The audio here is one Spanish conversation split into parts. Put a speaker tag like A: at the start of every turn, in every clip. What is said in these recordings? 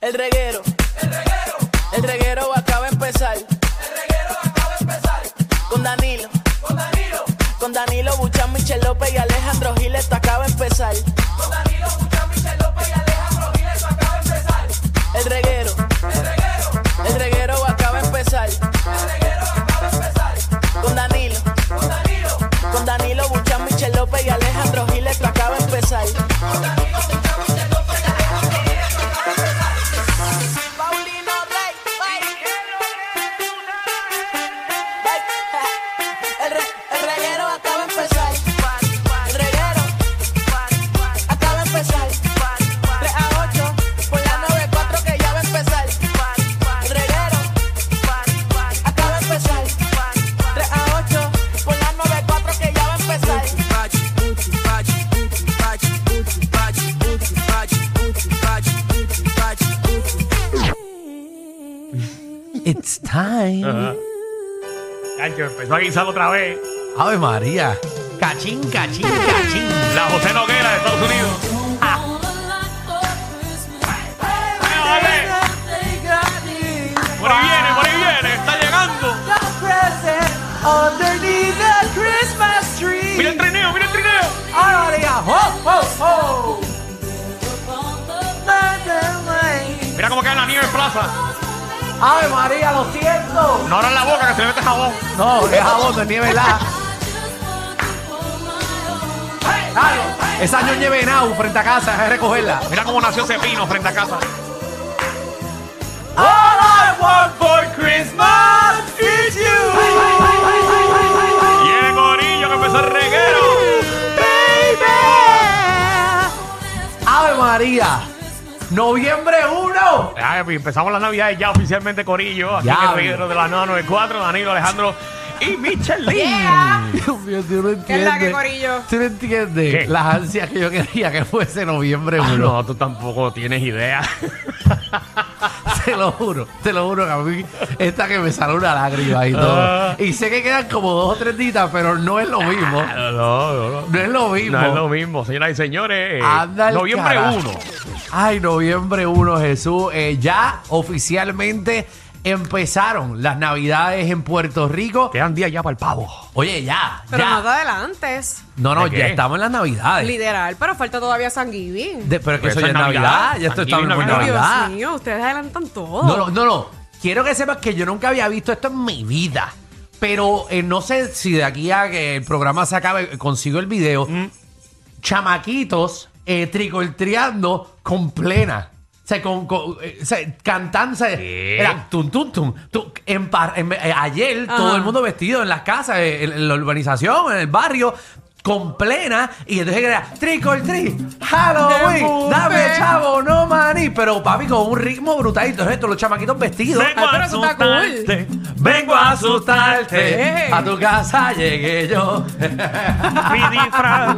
A: El reguero. El reguero. El reguero acaba de empezar. El reguero acaba de empezar. Con Danilo. Con Danilo. Con Danilo Buchan, Michel López y Alejandro Gil, esto acaba de empezar. Con Danilo Buchan, Michel López y Alejandro Gil, esto acaba de empezar. El reguero. El reguero. El reguero acaba de empezar. El reguero acaba de empezar. Con Danilo. Con Danilo. Con Danilo Buchan, Michel López y Alejandro Gil, esto acaba de empezar. Paulino Blake, El, re- el reguero acaba de empezar. El reguero acaba de empezar. 3 a 8 por la 94 que ya va a empezar. El reguero acaba de empezar. 3 a 8 por la 94 que ya va a empezar.
B: It's time.
C: Cacho, empezó a guisar otra vez.
B: Ave María. Cachín, cachín, cachín.
C: La José Noguera de Estados Unidos. Ah. Dale. Por ahí viene, por ahí viene. Está llegando. Mira el trineo, mira el trineo. Mira cómo queda la nieve en plaza.
A: ¡Ay, María, lo siento!
C: No abras la boca que se le mete jabón.
B: No, es jabón, no es nieve helada. Claro, esa no es nieve helada, frente a casa, es recogerla.
C: Mira cómo nació ese pino frente a casa. Y el gorillo que empezó el reguero.
B: Ave María. Noviembre 1.
C: Ya, pues, empezamos la Navidad ya oficialmente Corillo. Aquí
B: Ya,
C: en el
B: bro.
C: reguero de la 994, Danilo Alejandro y Michelin.
B: Dios mío, tú no entiendes.
D: la que, corillo?
B: Tú no entiendes
C: ¿Qué?
B: las ansias que yo quería que fuese noviembre
C: Ah,
B: 1.
C: No, tú tampoco tienes idea.
B: Te lo juro, te lo juro que a mí esta que me sale una lágrima y todo.
C: Ah.
B: Y sé que quedan como dos o tres ditas, pero no es lo mismo.
C: No, no, no.
B: No es lo mismo.
C: No es lo mismo, señoras y señores. Eh,
B: Anda al
C: noviembre
B: carajo.
C: 1.
B: Ay, noviembre 1, Jesús. Eh, ya oficialmente empezaron las navidades en Puerto Rico.
C: Quedan días ya para el pavo.
B: Oye, ya,
D: Pero no te
B: ya.
D: adelantes.
B: No, no,
C: ¿De qué?
B: ya estamos en las navidades.
D: Literal, pero falta todavía San Giving.
B: De- pero que eso ya
C: Pero eso
B: es
C: Pues es
B: Navidad,
C: Navidad.
B: ya esto
C: Aquí hay
B: estamos en
C: Navidad.
D: Dios
B: Navidad.
D: mío, ustedes adelantan todo.
B: No, no, no, no. Quiero que sepas que yo nunca había visto esto en mi vida. Pero eh, no sé si de aquí a que el programa se acabe, eh, consigo el video. Chamaquitos eh, tricoltriando con plena. O sea, con, con- eh, o sea, cantando. o sea,
C: ¿Qué?
B: era tum, tum, tum. tum. En par- en- eh, ayer todo
D: Ajá.
B: el mundo vestido en las casas, eh, en, en la urbanización, en el barrio. Con plena, y entonces era trick or treat, Halloween,
D: De
B: dame
D: buffet.
B: chavo, Oh, no maní, pero papi con un ritmo brutal. Y entonces todos los chamaquitos vestidos.
D: Ay, pero eso está cool.
B: Vengo a asustarte.
D: Ey.
B: A tu casa llegué yo.
C: Mi disfraz.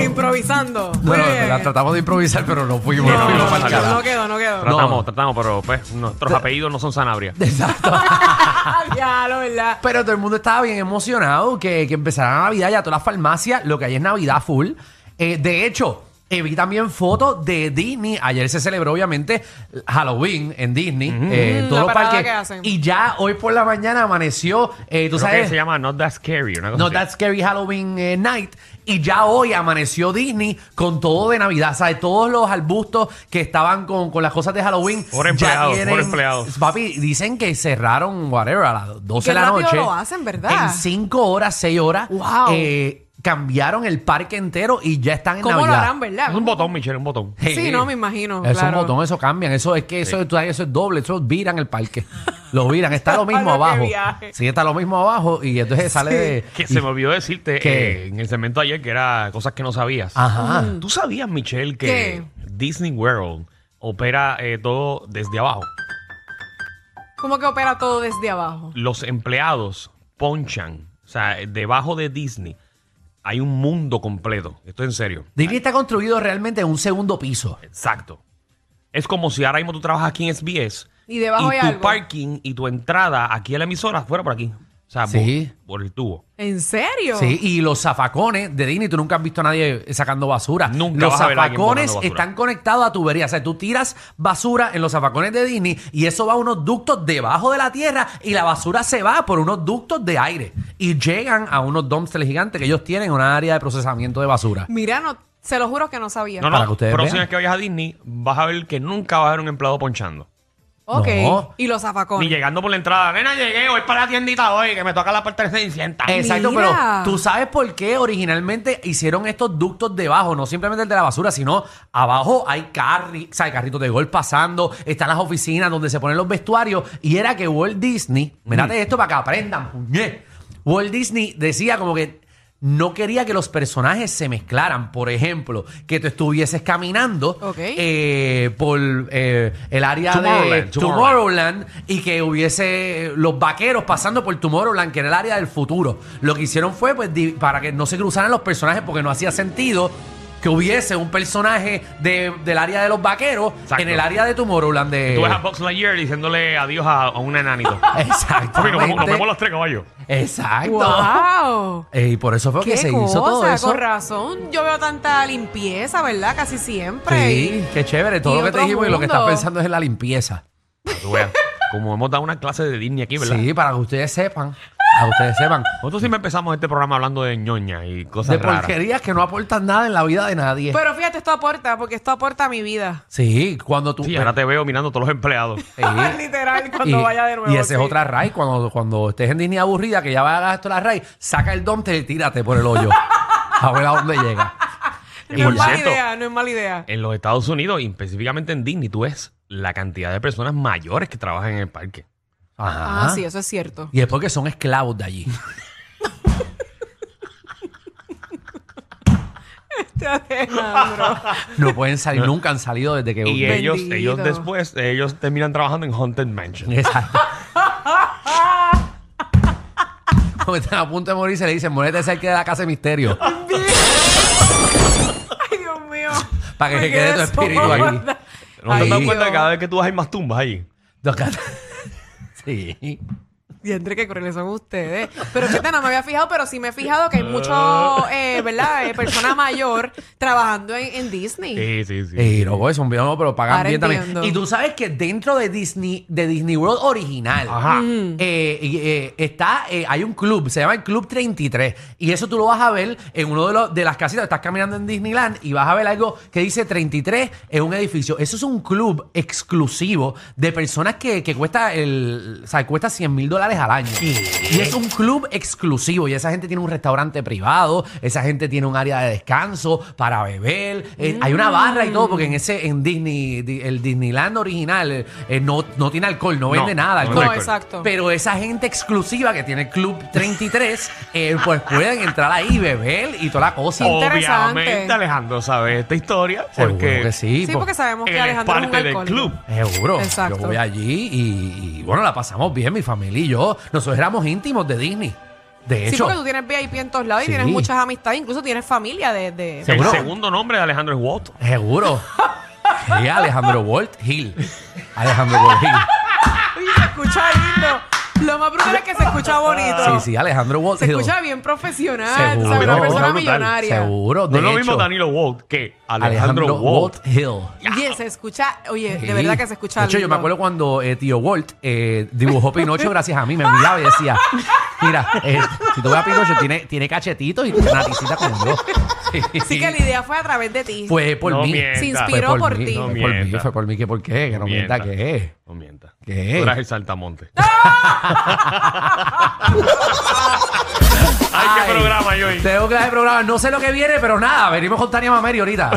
D: Improvisando. Muy
B: Bueno,
D: bien.
B: la tratamos de improvisar, pero no fuimos.
C: No,
B: No, fuimos
C: no,
B: para el
C: no,
B: carajo.
D: No quedó, no quedó.
C: Tratamos, tratamos, pero pues nuestros apellidos no son Sanabria.
B: Exacto.
D: ya, lo verdad.
B: Pero todo el mundo estaba bien emocionado que, que empezara la Navidad ya todas las farmacias, lo que hay es Navidad full. Eh, de hecho, eh, vi también fotos de Disney. Ayer se celebró obviamente Halloween en Disney, eh, en
D: Mm,
B: todos
D: la
B: los
D: parada
B: parques.
D: que hacen.
B: Y ya hoy por la mañana amaneció, eh, tú
C: Creo que
B: sabes,
C: se llama Not That Scary. Una cosa
B: No
C: así.
B: That Scary Halloween eh, Night. Y ya hoy amaneció Disney con todo de Navidad. ¿Sabes? Todos los arbustos que estaban con, con las cosas de Halloween.
C: Por
B: ya
C: empleados,
B: tienen-
C: por empleados.
B: Papi, dicen que cerraron, whatever, a las 12 de
D: Qué
B: la
D: rápido
B: noche.
D: lo hacen, ¿verdad?
B: En 5 horas, 6 horas.
D: Wow.
B: eh, cambiaron el parque entero y ya están en
D: ¿Cómo
B: Navidad.
D: lo harán, verdad?
C: Es un botón, Michelle, un botón. Eh,
D: Sí, no, me imagino.
B: Eso es
D: claro.
B: un botón, eso cambian. Eso es que eso, eso, es doble, eso viran el parque. Lo viran, está lo mismo
D: Pablo, qué
B: abajo.
D: viaje.
B: Sí, está lo mismo abajo y entonces sale de.
C: Que
B: y-
C: se me olvidó decirte
B: ¿Qué?
C: eh, en el segmento ayer que era cosas que no sabías.
B: Ajá.
C: ¿Tú sabías, Michelle, que
D: ¿Qué?
C: Disney World opera eh, todo desde abajo.
D: ¿Cómo que opera todo desde abajo?
C: Los empleados ponchan. O sea, debajo de Disney hay un mundo completo. Esto es en serio.
B: Disney está construido realmente en un segundo piso.
C: Exacto. Es como si ahora mismo tú trabajas aquí en SBS
D: Y debajo hay
C: tu
D: algo.
C: parking y tu entrada aquí a la emisora fuera por aquí. O sea,
B: Sí.
C: por, por el tubo.
D: ¿En serio?
B: Sí, y los zafacones de Disney, tú nunca has visto a nadie sacando basura.
C: Nunca
B: Los
C: vas a ver a alguien
B: zafacones
C: botando basura.
B: están conectados a tuberías. O sea, tú tiras basura en los zafacones de Disney y eso va a unos ductos debajo de la tierra y la basura se va por unos ductos de aire y llegan a unos dumpsters gigantes que ellos tienen en una área de procesamiento de basura.
D: Mira, no, se lo juro que no sabía.
C: No, no.
B: Para que ustedes
C: próxima
B: vean.
C: vez que vayas a Disney, vas a ver que nunca va a haber un empleado ponchando.
D: Ok.
B: No.
D: Y los zafacones.
C: Ni llegando por la entrada. Nena, llegué, voy para la tiendita hoy, que me toca la parte de 600.
B: Exacto,
D: Mira.
B: pero tú sabes por qué originalmente hicieron estos ductos debajo, no simplemente el de la basura, sino abajo hay carri, o sea, hay carritos de golf pasando, están las oficinas donde se ponen los vestuarios, y era que Walt Disney, mirate esto para que aprendan, puñe. Walt Disney decía como que no quería que los personajes se mezclaran, por ejemplo, que tú estuvieses caminando
D: Ok.
B: eh, por eh, el área de Tomorrowland.
C: Tomorrowland, Tomorrowland.
B: Tomorrowland y que hubiese los vaqueros pasando por Tomorrowland, que era el área del futuro. Lo que hicieron fue pues, di- para que no se cruzaran los personajes porque no hacía sentido que hubiese un personaje de- del área de los vaqueros
C: Exacto.
B: en el área de Tomorrowland de...
C: Tú ves a Box Lightyear diciéndole adiós a, a un enanito.
B: Exacto.
C: Papi, nos vemos- nos vemos los tres caballos.
B: Exacto.
D: ¡Wow!
B: Eh, y por eso fue que
D: ¿Qué
B: se
D: cosa?
B: hizo todo eso.
D: Con razón. Yo veo tanta limpieza, ¿verdad? Casi siempre.
B: Sí, qué chévere. Todo
D: y
B: lo que te
D: otro
B: dijimos y lo que
D: mundo.
B: estás pensando es en la limpieza.
C: Para que tú veas, Como hemos dado una clase de Disney aquí, ¿verdad?
B: Sí, para que ustedes sepan. Para que ustedes sepan.
C: Nosotros siempre empezamos este programa hablando de ñoña y cosas
B: De
C: raras.
B: porquerías que no aportan nada en la vida de nadie.
D: Pero fíjate, esto aporta, porque esto aporta a mi vida.
B: Sí, cuando tú.
C: Sí, ahora te veo mirando a todos los empleados.
B: Sí.
D: Literal, cuando
B: y,
D: vaya de nuevo.
B: y esa es
D: sí.
B: otra raíz. Cuando, cuando estés en Disney aburrida, que ya vayas esto la raíz, saca el dumpster y tírate por el hoyo. a ver a dónde llega.
C: Y
D: No
C: por
D: es mala
C: cierto,
D: idea, no es mala idea.
C: En los Estados Unidos, y específicamente en Disney, tú ves la cantidad de personas mayores que trabajan en el parque.
B: Ajá.
D: Ah, sí, eso es cierto.
B: Y es porque son esclavos de allí.
D: Alejandro.
B: No pueden salir, nunca han salido desde que.
C: Y
D: Bendito.
C: ellos, ellos después, ellos terminan trabajando en Haunted Mansion.
B: Exacto. Cuando están a punto de morir, se le dicen: muérete cerca de la casa de misterio.
D: Ay, Dios mío.
B: Para que
D: Me
B: se quede tu
D: quedé
B: espíritu
D: sorda.
B: aquí.
C: ¿No te
B: Ahí.
C: das cuenta que cada vez que tú vas hay más tumbas ahí?
B: Dos cat- sí.
D: Y entre que crueles son ustedes. Pero fíjate, no me había fijado, pero sí me he fijado que hay mucho, eh, ¿verdad? Eh, persona mayor trabajando en, en
C: Sí,
D: Disney.
C: sí, sí.
B: Y luego eso, no, pero pagan
D: Ahora
B: bien
D: entiendo.
B: también. Y tú sabes que dentro de Disney, de Disney World original,
C: Ajá.
B: eh, y, eh, está, eh, hay un club, se llama el Club 33. Y eso tú lo vas a ver en uno de, los, de las casitas. Estás caminando en Disneyland y vas a ver algo que dice 33 en un edificio. Eso es un club exclusivo de personas que, que cuesta el, o sea, cuesta 100 mil dólares al año. Y es un club exclusivo. Y esa gente tiene un restaurante privado, esa gente tiene un área de descanso para beber. eh, Hay una barra y todo, porque en ese, en Disney, di- el Disneyland original, eh, eh, no, no tiene alcohol, no,
C: No,
B: vende nada.
C: no
B: alcohol.
D: No,
C: Michael.
D: exacto.
B: Pero esa gente exclusiva que tiene el Club 33, eh, pues pueden entrar ahí, beber y toda la cosa.
D: Oh, interesante.
C: Obviamente, Alejandro sabe esta historia.
B: Seguro
C: porque
B: que sí.
D: sí,
B: po-
D: porque sabemos que
C: él es
D: Alejandro es un
C: parte del
D: alcohólico.
C: club.
B: Seguro.
D: Exacto.
B: Yo voy allí y, y, bueno, la pasamos bien, mi familia y yo. Nosotros éramos íntimos de Disney. De
D: Sí,
B: hecho,
D: porque tú tienes VIP en todos lados
B: Sí.
D: y tienes muchas amistades, incluso tienes familia de... de-
B: Sí. Seguro.
C: El segundo nombre de Alejandro es Walton.
B: seguro. Sí, Alejandro Walt Hill. Alejandro Walt Hill.
D: Oye, se escucha lindo. Lo más brutal es que se escucha bonito.
B: Sí, sí, Alejandro Walt
D: Se
B: Hill.
D: escucha bien profesional.
B: Seguro.
D: O sea, una persona
C: Está brutal.
D: millonaria.
B: Seguro.
C: No
B: De
C: es lo
B: hecho,
C: mismo Danilo Walt que Alejandro,
B: Alejandro
C: Walt.
B: Walt Hill.
D: Oye, se escucha... Oye,
B: Sí.
D: de verdad que se escucha
B: De hecho, yo me
D: lindo.
B: acuerdo cuando eh, tío Walt eh, dibujó Pinocho gracias a mí, me miraba y decía, mira, eh, si tú ves a Pinocho, tiene, tiene cachetitos y tiene naricita como yo.
D: Así que la idea fue a través de ti.
B: Fue por
C: No
B: mí.
C: mientas.
D: Se
B: Fue
D: inspiró
B: por,
D: por
B: mí.
D: ti.
B: Fue
C: No
B: por mí,
C: mientas.
B: fue por mí. ¿Que por qué? Que no mienta, que es.
C: No mienta.
B: ¿Qué?
C: Tú eras el saltamonte. Ay, qué programa, Joey.
B: Tengo que hacer programa. No sé lo que viene, pero nada, venimos con Tania Mameri ahorita.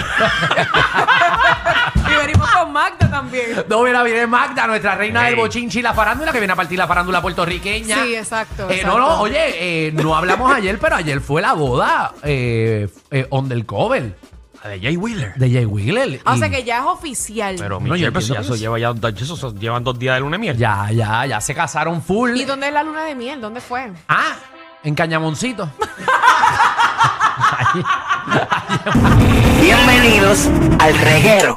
D: Y venimos con Magda también.
B: No, mira, viene Magda, nuestra reina
C: Hey.
B: del bochinchi y la farándula, que viene a partir la farándula puertorriqueña.
D: Sí, exacto,
B: Eh, no,
D: exacto.
B: no, oye, eh, no hablamos ayer, pero ayer fue la boda eh, eh, undercover.
C: La de Jay Wheeler.
B: de Jay Wheeler.
D: Ah, O
B: y-
D: sea que ya es oficial.
C: Pero
B: No,
C: Michelle,
B: yo
C: pues,
B: entiendo
C: ya
B: que
C: eso
B: es-
C: lleva ya dos- eso son- llevan dos días de luna de miel.
B: Ya, ya, ya se casaron full.
D: ¿Y dónde es la luna de miel? ¿Dónde fue?
B: Ah, en Cañamoncito.
A: Bienvenidos al reguero.